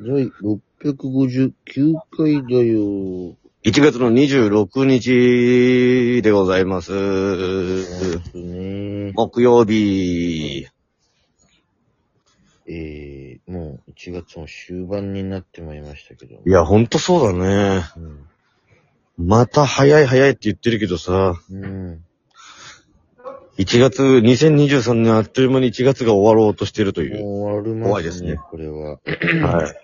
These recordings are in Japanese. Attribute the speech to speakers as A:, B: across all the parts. A: 第659回だよ。
B: 1月の26日でございます。
A: ですね。
B: 木曜日。
A: えー、もう1月も終盤になってまいりましたけど。
B: いや、ほんとそうだね。
A: うん。
B: また早い早いって言ってるけどさ、
A: うん。
B: 1月、2023年あっという間に1月が終わろうとしてるとい
A: もう
B: う。
A: 終わるま
B: 怖いですね
A: これは。
B: はい。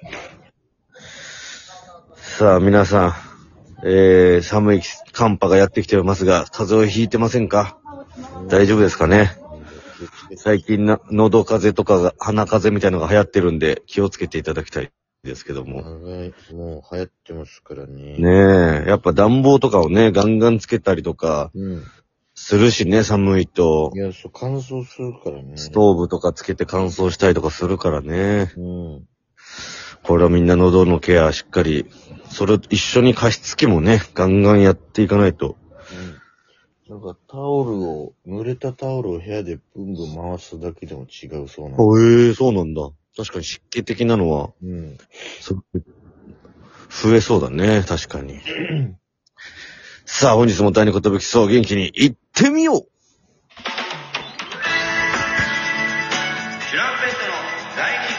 B: さあ、皆さん、えー、寒い寒波がやってきてますが、風邪をひいてませんか大丈夫ですかね最近な、喉風邪とかが、鼻風邪みたいのが流行ってるんで、気をつけていただきたいですけども。
A: 長い、もう流行ってますからね。。
B: ねえ、やっぱ暖房とかをね、ガンガンつけたりとか
A: うん。
B: するしね、寒いと
A: い。や、そう、乾燥するからね。
B: ストーブとかつけて乾燥したりとかするからね。
A: うん。
B: これはみんな喉のケアしっかり。それ、一緒に加湿器もね、ガンガンやっていかないと。
A: うん。なんかタオルを、濡れたタオルを部屋でブンブン回すだけでも違うそうな
B: あええ
A: の。
B: そうなんだ。確かに湿気的なのは、
A: うん。
B: そ増えそうだね、確か に。さあ、本日も第二言武器そう元気に行ってみよう
C: シュランペットの第二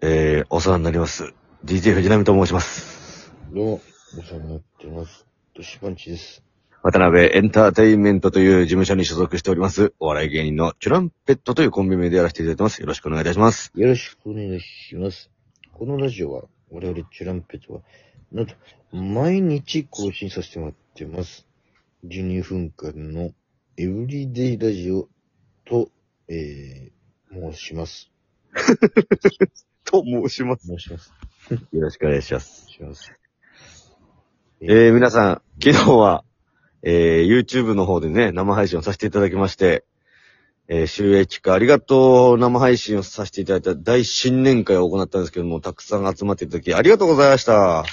B: えー、お世話になります。DJ 藤波と申します。
A: どうも、お世話になってます。としばんちです。
B: 渡辺エンターテインメントという事務所に所属しております、お笑い芸人のチュランペットというコンビ名でやらせていただいてます。よろしくお願いいたします。
A: よろしくお願いします。このラジオは、我々チュランペットは、なんと、毎日更新させてもらってます。12分間のエブリデイラジオと、えー、申します。
B: と申します。
A: 申します。
B: よろしくお願いします。
A: します。
B: えー、皆さん、昨日は、えー、YouTube の方でね、生配信をさせていただきまして、えー、収益化ありがとう生配信をさせていただいた大新年会を行ったんですけども、たくさん集まっていただきありがとうございました。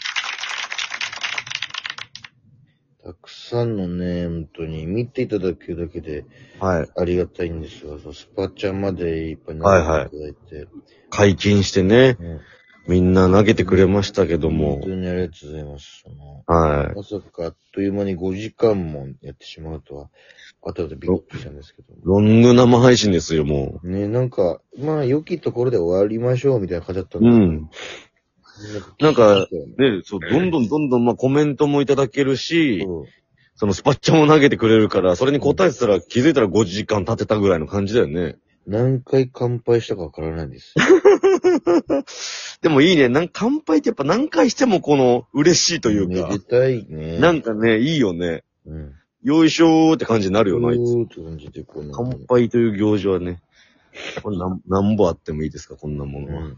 A: たくさんのね、本当に見ていただけるだけで
B: はい。
A: ありがたいんですが、そうスパチャまでいっぱい投げていただいて、
B: 解禁してね、
A: うん
B: みんな投げてくれましたけども
A: 本当、にありがとうございます。その
B: はい。
A: まさかあっという間に5時間もやってしまうとは、後でびっくりしたんですけど。
B: ロング生配信ですよ、もう。
A: ねなんか、まあ、良きところで終わりましょうみたいな感じだった
B: う
A: の
B: ん。なんか、ね、そう、どんどんどんどん、まあ、コメントもいただけるし、
A: そう
B: そのスパッチャも投げてくれるから、それに答えてたら気づいたら5時間経ってたぐらいの感じだよね。
A: 何回乾杯したかわからないんですよ。
B: でもいいね、なん乾杯ってやっぱ何回してもこの、嬉しい という
A: め
B: か
A: で、たいね。
B: なんかね、いいよね。
A: うん。
B: よいしょーって感じになるよな、
A: う
B: いつ。
A: ーって感じで、この。
B: 乾杯という行事はね、これなん、なんぼあってもいいですか、こんなもの
A: う
B: は。
A: ん。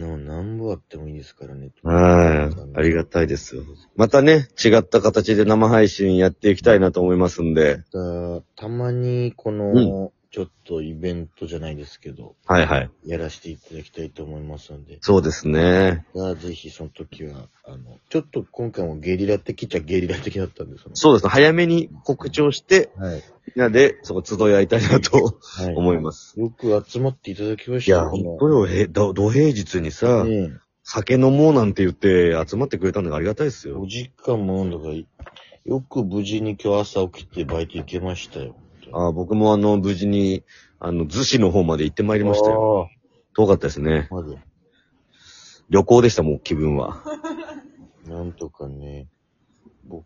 A: な何本あってもいいですからね。
B: はい。ありがたいですよ。またね、違った形で生配信やっていきたいなと思いますんで。
A: たたまに、この、
B: う
A: ちょっとイベントじゃないですけど、
B: はいはい。
A: やらせていただきたいと思いますので、
B: そうですね。
A: がぜひその時は、あの、ちょっと今回もゲリラ的っちゃゲリラ的だったんです
B: そうですね。早めに告知をして、
A: はい。
B: みんなで、そこ集い合いたいなと
A: はい。
B: 思います。
A: よく集まっていただきまし
B: い
A: た
B: や、本当よ、へ、ど、土平日にさ、
A: ねえ
B: 酒飲もうなんて言って集まってくれたのがありがたいです
A: 5
B: よ。
A: 時間も飲んだから、よく無事に今日朝起きてバイト行けましたよ。
B: あ僕もあの、無事に、あの、逗子の方まで行ってまいりましたよ。
A: よ。
B: 遠かったですね。
A: まだ。
B: 旅行でした、もう気分は。
A: なんとかね、僕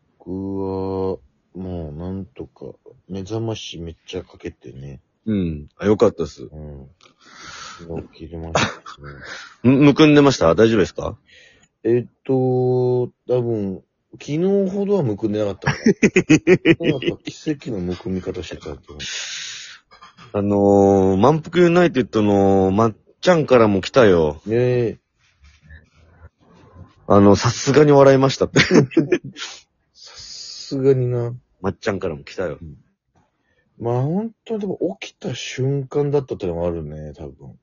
A: は、もうなんとか、目覚ましめっちゃかけてね、
B: うん。あ、よかったです。ん
A: うん。起きれましたね。
B: むくんでました大丈夫ですか
A: えっと、多分、昨日ほどはむくんでなかったから。なんか奇跡のむくみ方してたと思
B: あのー、満腹ユナイテッドの、まっちゃんからも来たよ。
A: う。ねえ、
B: あの、さすがに笑いましたって。
A: さすがにな。
B: まっちゃんからも来たよ。
A: まあ本当にでも起きた瞬間だったってのもあるね、多分。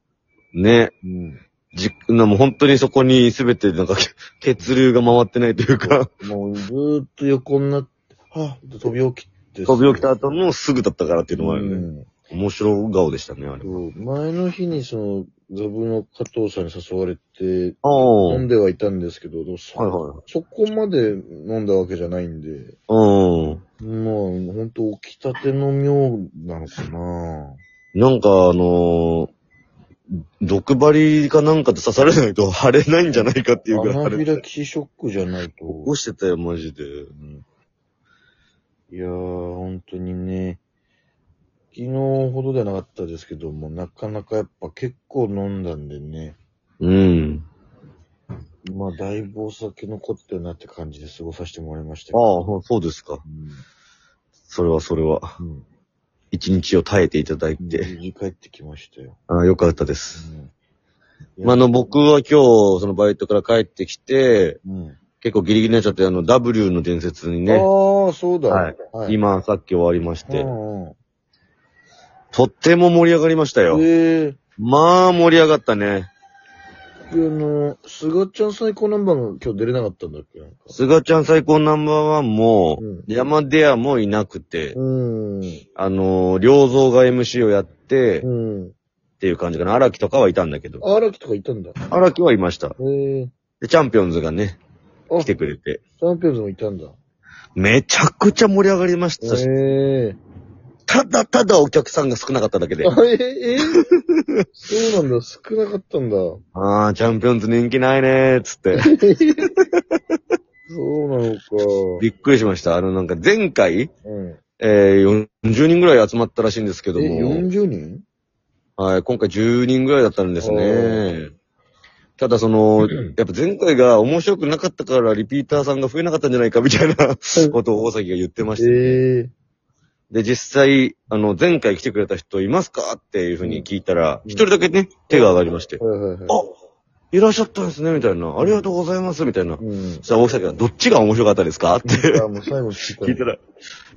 B: ね。
A: うん。
B: じ、な、もう本当にそこにすべて、なんか、 け 血流が回ってないというか、
A: もうずーっと横になって、はぁ、飛び起きです
B: 飛び起きた後もすぐだったからっていうのもあるよね。
A: ね。
B: 面白顔でしたね、あれ。
A: そう前の日にその、ザブの加藤さんに誘われて、
B: ああ。は
A: 飲ん
B: い
A: ではいたんですけど、でもそ,、
B: は
A: そこまで飲んだわけじゃないんで、
B: い。うん。
A: まあ、ほんと起きたての妙なのかな
B: なんかあのー毒針かなんかで刺されないと 腫れないんじゃないかっていうぐらい
A: ア
B: 腫
A: ナ
B: れ
A: フィラ
B: て。
A: キシーショックじゃないと。
B: 起こしてたよ、マジで。
A: うんいやー、本当にね、昨日ほどではなかったですけども、なかなかやっぱ結構飲んだんでね、
B: うん。
A: まあだいぶお酒残ってるなって感じで過ごさせてもらいましたけ
B: ああ
A: ど。、
B: そうですか。それはそれは。
A: うん。
B: 一日を耐えていただい
A: うん。
B: て。
A: 無事帰ってきましたよ。
B: ああ、よかったです。
A: うん
B: まあ、あの、僕は今日、そのバイトから帰ってきて、
A: うん。
B: 結構ギリギリになっちゃって、あの、W の伝説にね、
A: ああ、そうだ。
B: はい。今、さっき終わりまし
A: う
B: て、
A: んうん
B: とっても盛り上がりましたよ。
A: え
B: まあ、盛り上がったね。
A: ー、いやあの、菅ちゃん最高ナンバーが今日出れなかったんだっけなんか。
B: 菅ちゃん最高ナンバーワンも、
A: うん
B: 山出屋もいなくて、
A: うん。
B: あのー、良造が MC をやって、っ
A: うん。
B: ていう感じかな。荒木とかはいたんだけど。
A: 荒木とかいたんだ。
B: 荒木はいました。
A: えー、
B: で、チャンピオンズがね、
A: あ
B: 来てくれて。
A: チャンピオンズもいたんだ。
B: めちゃくちゃ盛り上がりましたし、
A: ええ
B: ただただお客さんが少なかっただけで。
A: あ、えええそうなんだ、少なかったんだ。
B: あー、チャンピオンズ人気ないねー、つって。
A: そうなのか。
B: びっくりしました。あの、なんか前回、
A: うん。
B: えー、40人ぐらい集まったらしいんですけど
A: え、
B: も、
A: 40人
B: はい、今回10人ぐらいだったんです
A: あ
B: ね
A: ー。
B: ただ その、やっぱ前回が面白くなかったからリピーターさんが増えなかったんじゃないかみたいなことを大崎が言ってました、
A: ええ
B: で、実際、あの、前回来てくれた人いますかっていうふうに聞いたら、
A: うん
B: 一、人だけね、手が上がりまして、
A: はいはいはい。
B: あいらっしゃったんですね、みたいな。ありがとうございます、みたいな。
A: うん
B: そし。たら大崎が、どっちが面白かったですかって
A: あ、もう最後に聞いた。
B: 聞いたら、い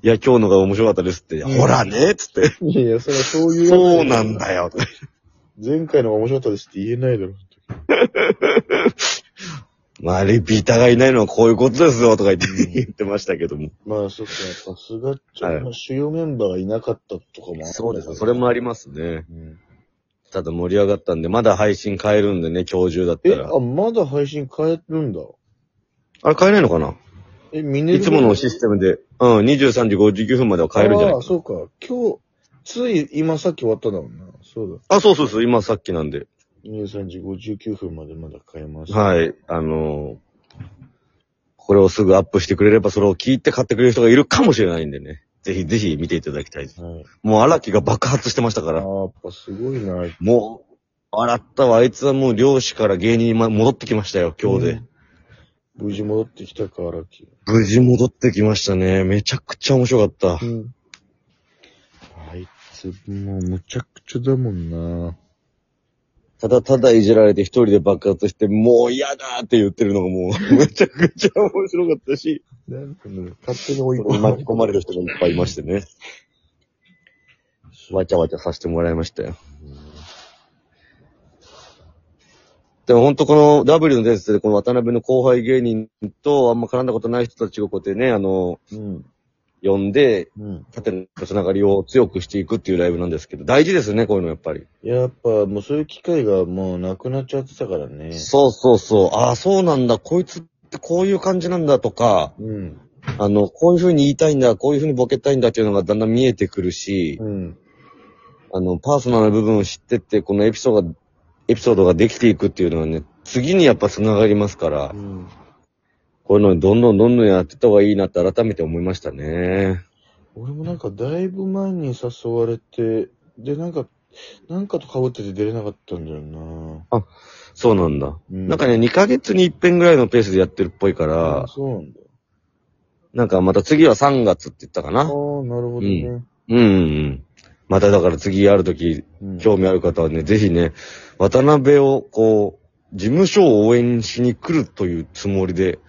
B: や、今日のが面白かったですって、
A: うん
B: ほらね、つって。
A: いやいや、それはそういう。
B: そうなん。だよ。
A: 前回のが面白かったですって言えないだろ。
B: まあ、リピーターがいないのはこういうことですよ、とか言って、
A: うん
B: 言ってましたけども。
A: まあ、そうか、やっぱ、菅ちゃんの主要メンバーがいなかったとかもあった
B: そうです。それもありますね。
A: うん。
B: ただ盛り上がったんで、まだ配信変えるんでね、今日中だった
A: え、
B: ら。
A: あ、まだ配信変えるんだ。
B: あれ変えないのかな
A: え、ミネル
B: い
A: ヴァ
B: つものシステムで、うん、23時59分までは変えるんじゃない
A: ああ、そうか。今日、つい今さっき終わったんだもんな。そう
B: あ、そうそうそう、今さっきなんで。
A: だ。23時59分までまだ買えます。
B: はい、あのーこれをすぐアップしてくれれば、それを聞いて買ってくれる人がいるかもしれないんでね。ぜひぜひ見ていただきたいです。
A: はい。
B: もう荒木が爆発してましたか
A: ああ、
B: ら。
A: やっぱすごいな。
B: もう、洗ったわ。あいつはもう漁師から芸人にま戻ってきましたよ、今日で。
A: うん無事戻ってきたか、荒木。
B: 無事戻ってきましたね。めちゃくちゃ面白かった。
A: ん。あいつ、もうむちゃくちゃだもんな。
B: ただただいじられて一人で爆発して、もう嫌だって言ってるのがも う、めちゃくちゃ面白かったし、
A: なんかね、勝手に追い込ま
B: 巻
A: れ
B: き込まれる人がいっぱいいましてね。 わちゃわちゃさせてもらいましたよ。でも本当この W の伝説でこの渡辺の後輩芸人とあんま絡んだことない人たちをこうやってね、あの、
A: うん。
B: 呼んで、
A: うん。
B: 縦のつながりを強くしていくっていうライブなんですけど、大事ですよね、こういうのやっぱり。
A: いや、やっぱ、もうそういう機会がもうなくなっちゃってたからね。
B: そうそうそう、ああ、そうなんだ、こいつってこういう感じなんだとか、
A: うん。
B: あの、こういう風に言いたいんだ、こういう風にボケたいんだっていうのがだんだん見えてくるし
A: う、ん。
B: あの、パーソナルな部分を知ってって、このエピソードが、エピソードができていくっていうのはね、次にやっぱ繋がりますから
A: う、ん。
B: こういうのにどんどんどんどんやってった方がいいなって改めて思いましたね。
A: 俺もなんかだいぶ前に誘われて、で、なんか、なんかと被ってて出れなかったんだよな。
B: そうなんだ。
A: うん
B: なんかね、2ヶ月に1遍ぐらいのペースでやってるっぽいから
A: あ、そうなんだ。
B: なんかまた次は3月って言ったか
A: ああ、
B: な
A: なる。ほどね。
B: うんうんうん。まただから次ある時、
A: うん。
B: 興味ある方はね、ぜひね、渡辺をこう、事務所を応援しに来るというつもりで、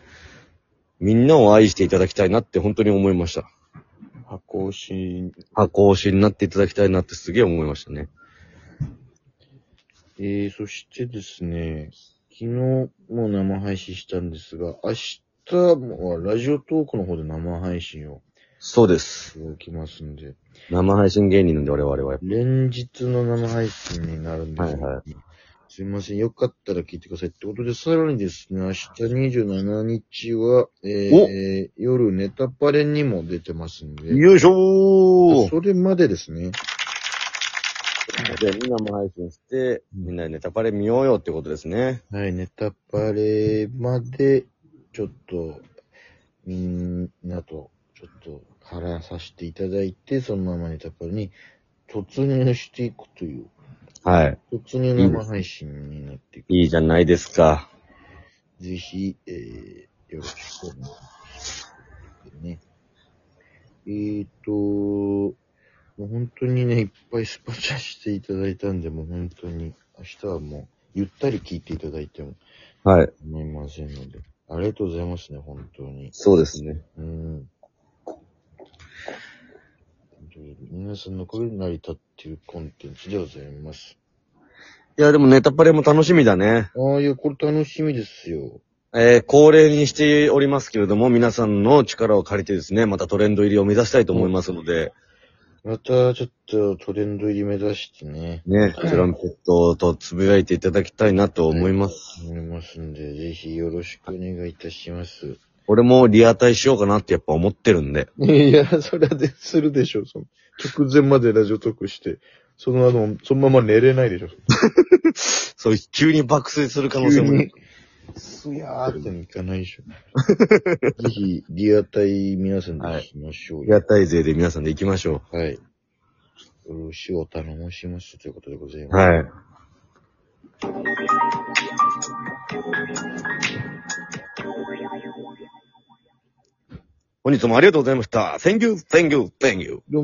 B: みんなを愛していただきたいなって本当に思いました。
A: 箱推し、
B: 箱推しになっていただきたいなってすげえ思いましたね。
A: えー、そしてですね、昨日も生配信したんですが、明日もはラジオトークの方で生配信を
B: そうです。
A: 動きますんで。
B: 生配信芸人なんで我々は。
A: 連日の生配信になるんですよ
B: はいは
A: すいません。よかったら聞いてくださいってことで、さらにですね、明日27日は、えー、夜ネタパレにも出てますんで、
B: よいしょー
A: それまでですね。
B: で、みんなも配信して、みんなでネタパレ見ようよってことですね。
A: はい、ネタパレまで、ちょっと、みんなと、ちょっと、腹させていただいて、そのままネタパレに突入していくという、
B: はい。
A: 突入生配信になっていく。
B: いいじゃないですか。
A: ぜひ、えー、よろしくお願いします。ね。えーと、もう本当にね、いっぱいスパチャしていただいたんで、もう本当に、明日はもう、ゆったり聞いていただいても
B: はい。
A: 構いませんので、ありがとうございますね、本当に。
B: そうですね。
A: うん。本当に皆さんの声に成り立っているコンテンツでございます。
B: いや、でもネタパレも楽しみだね。
A: ああ、いや、これ楽しみですよ。
B: えー、恒例にしておりますけれども、皆さんの力を借りてですね、またトレンド入りを目指したいと思いますので、
A: また、ちょっとトレンド入り目指してね。
B: ね、トランペットとつぶやいていただきたいなと思います。
A: 思いますんで、ぜひよろしくお願いいたします。
B: 俺もリアタイしようかなってやっぱ思ってるんで。
A: いや、それはで、するでしょ。その、直前までラジオトークして、そのあの、そのまま寝れないでしょ。
B: そう、急に爆睡する可能性
A: 急
B: も。
A: に。すやーっていかないでしょ。 ぜひ、リアタイ皆さんで行きましょう
B: リ
A: よ。
B: アタイ勢で皆さんで行きましょ。
A: はい。よろしゅうお頼もしますということでございうます。
B: はい。本日もありがとうございました。Thank you, thank you, thank you.
A: どうも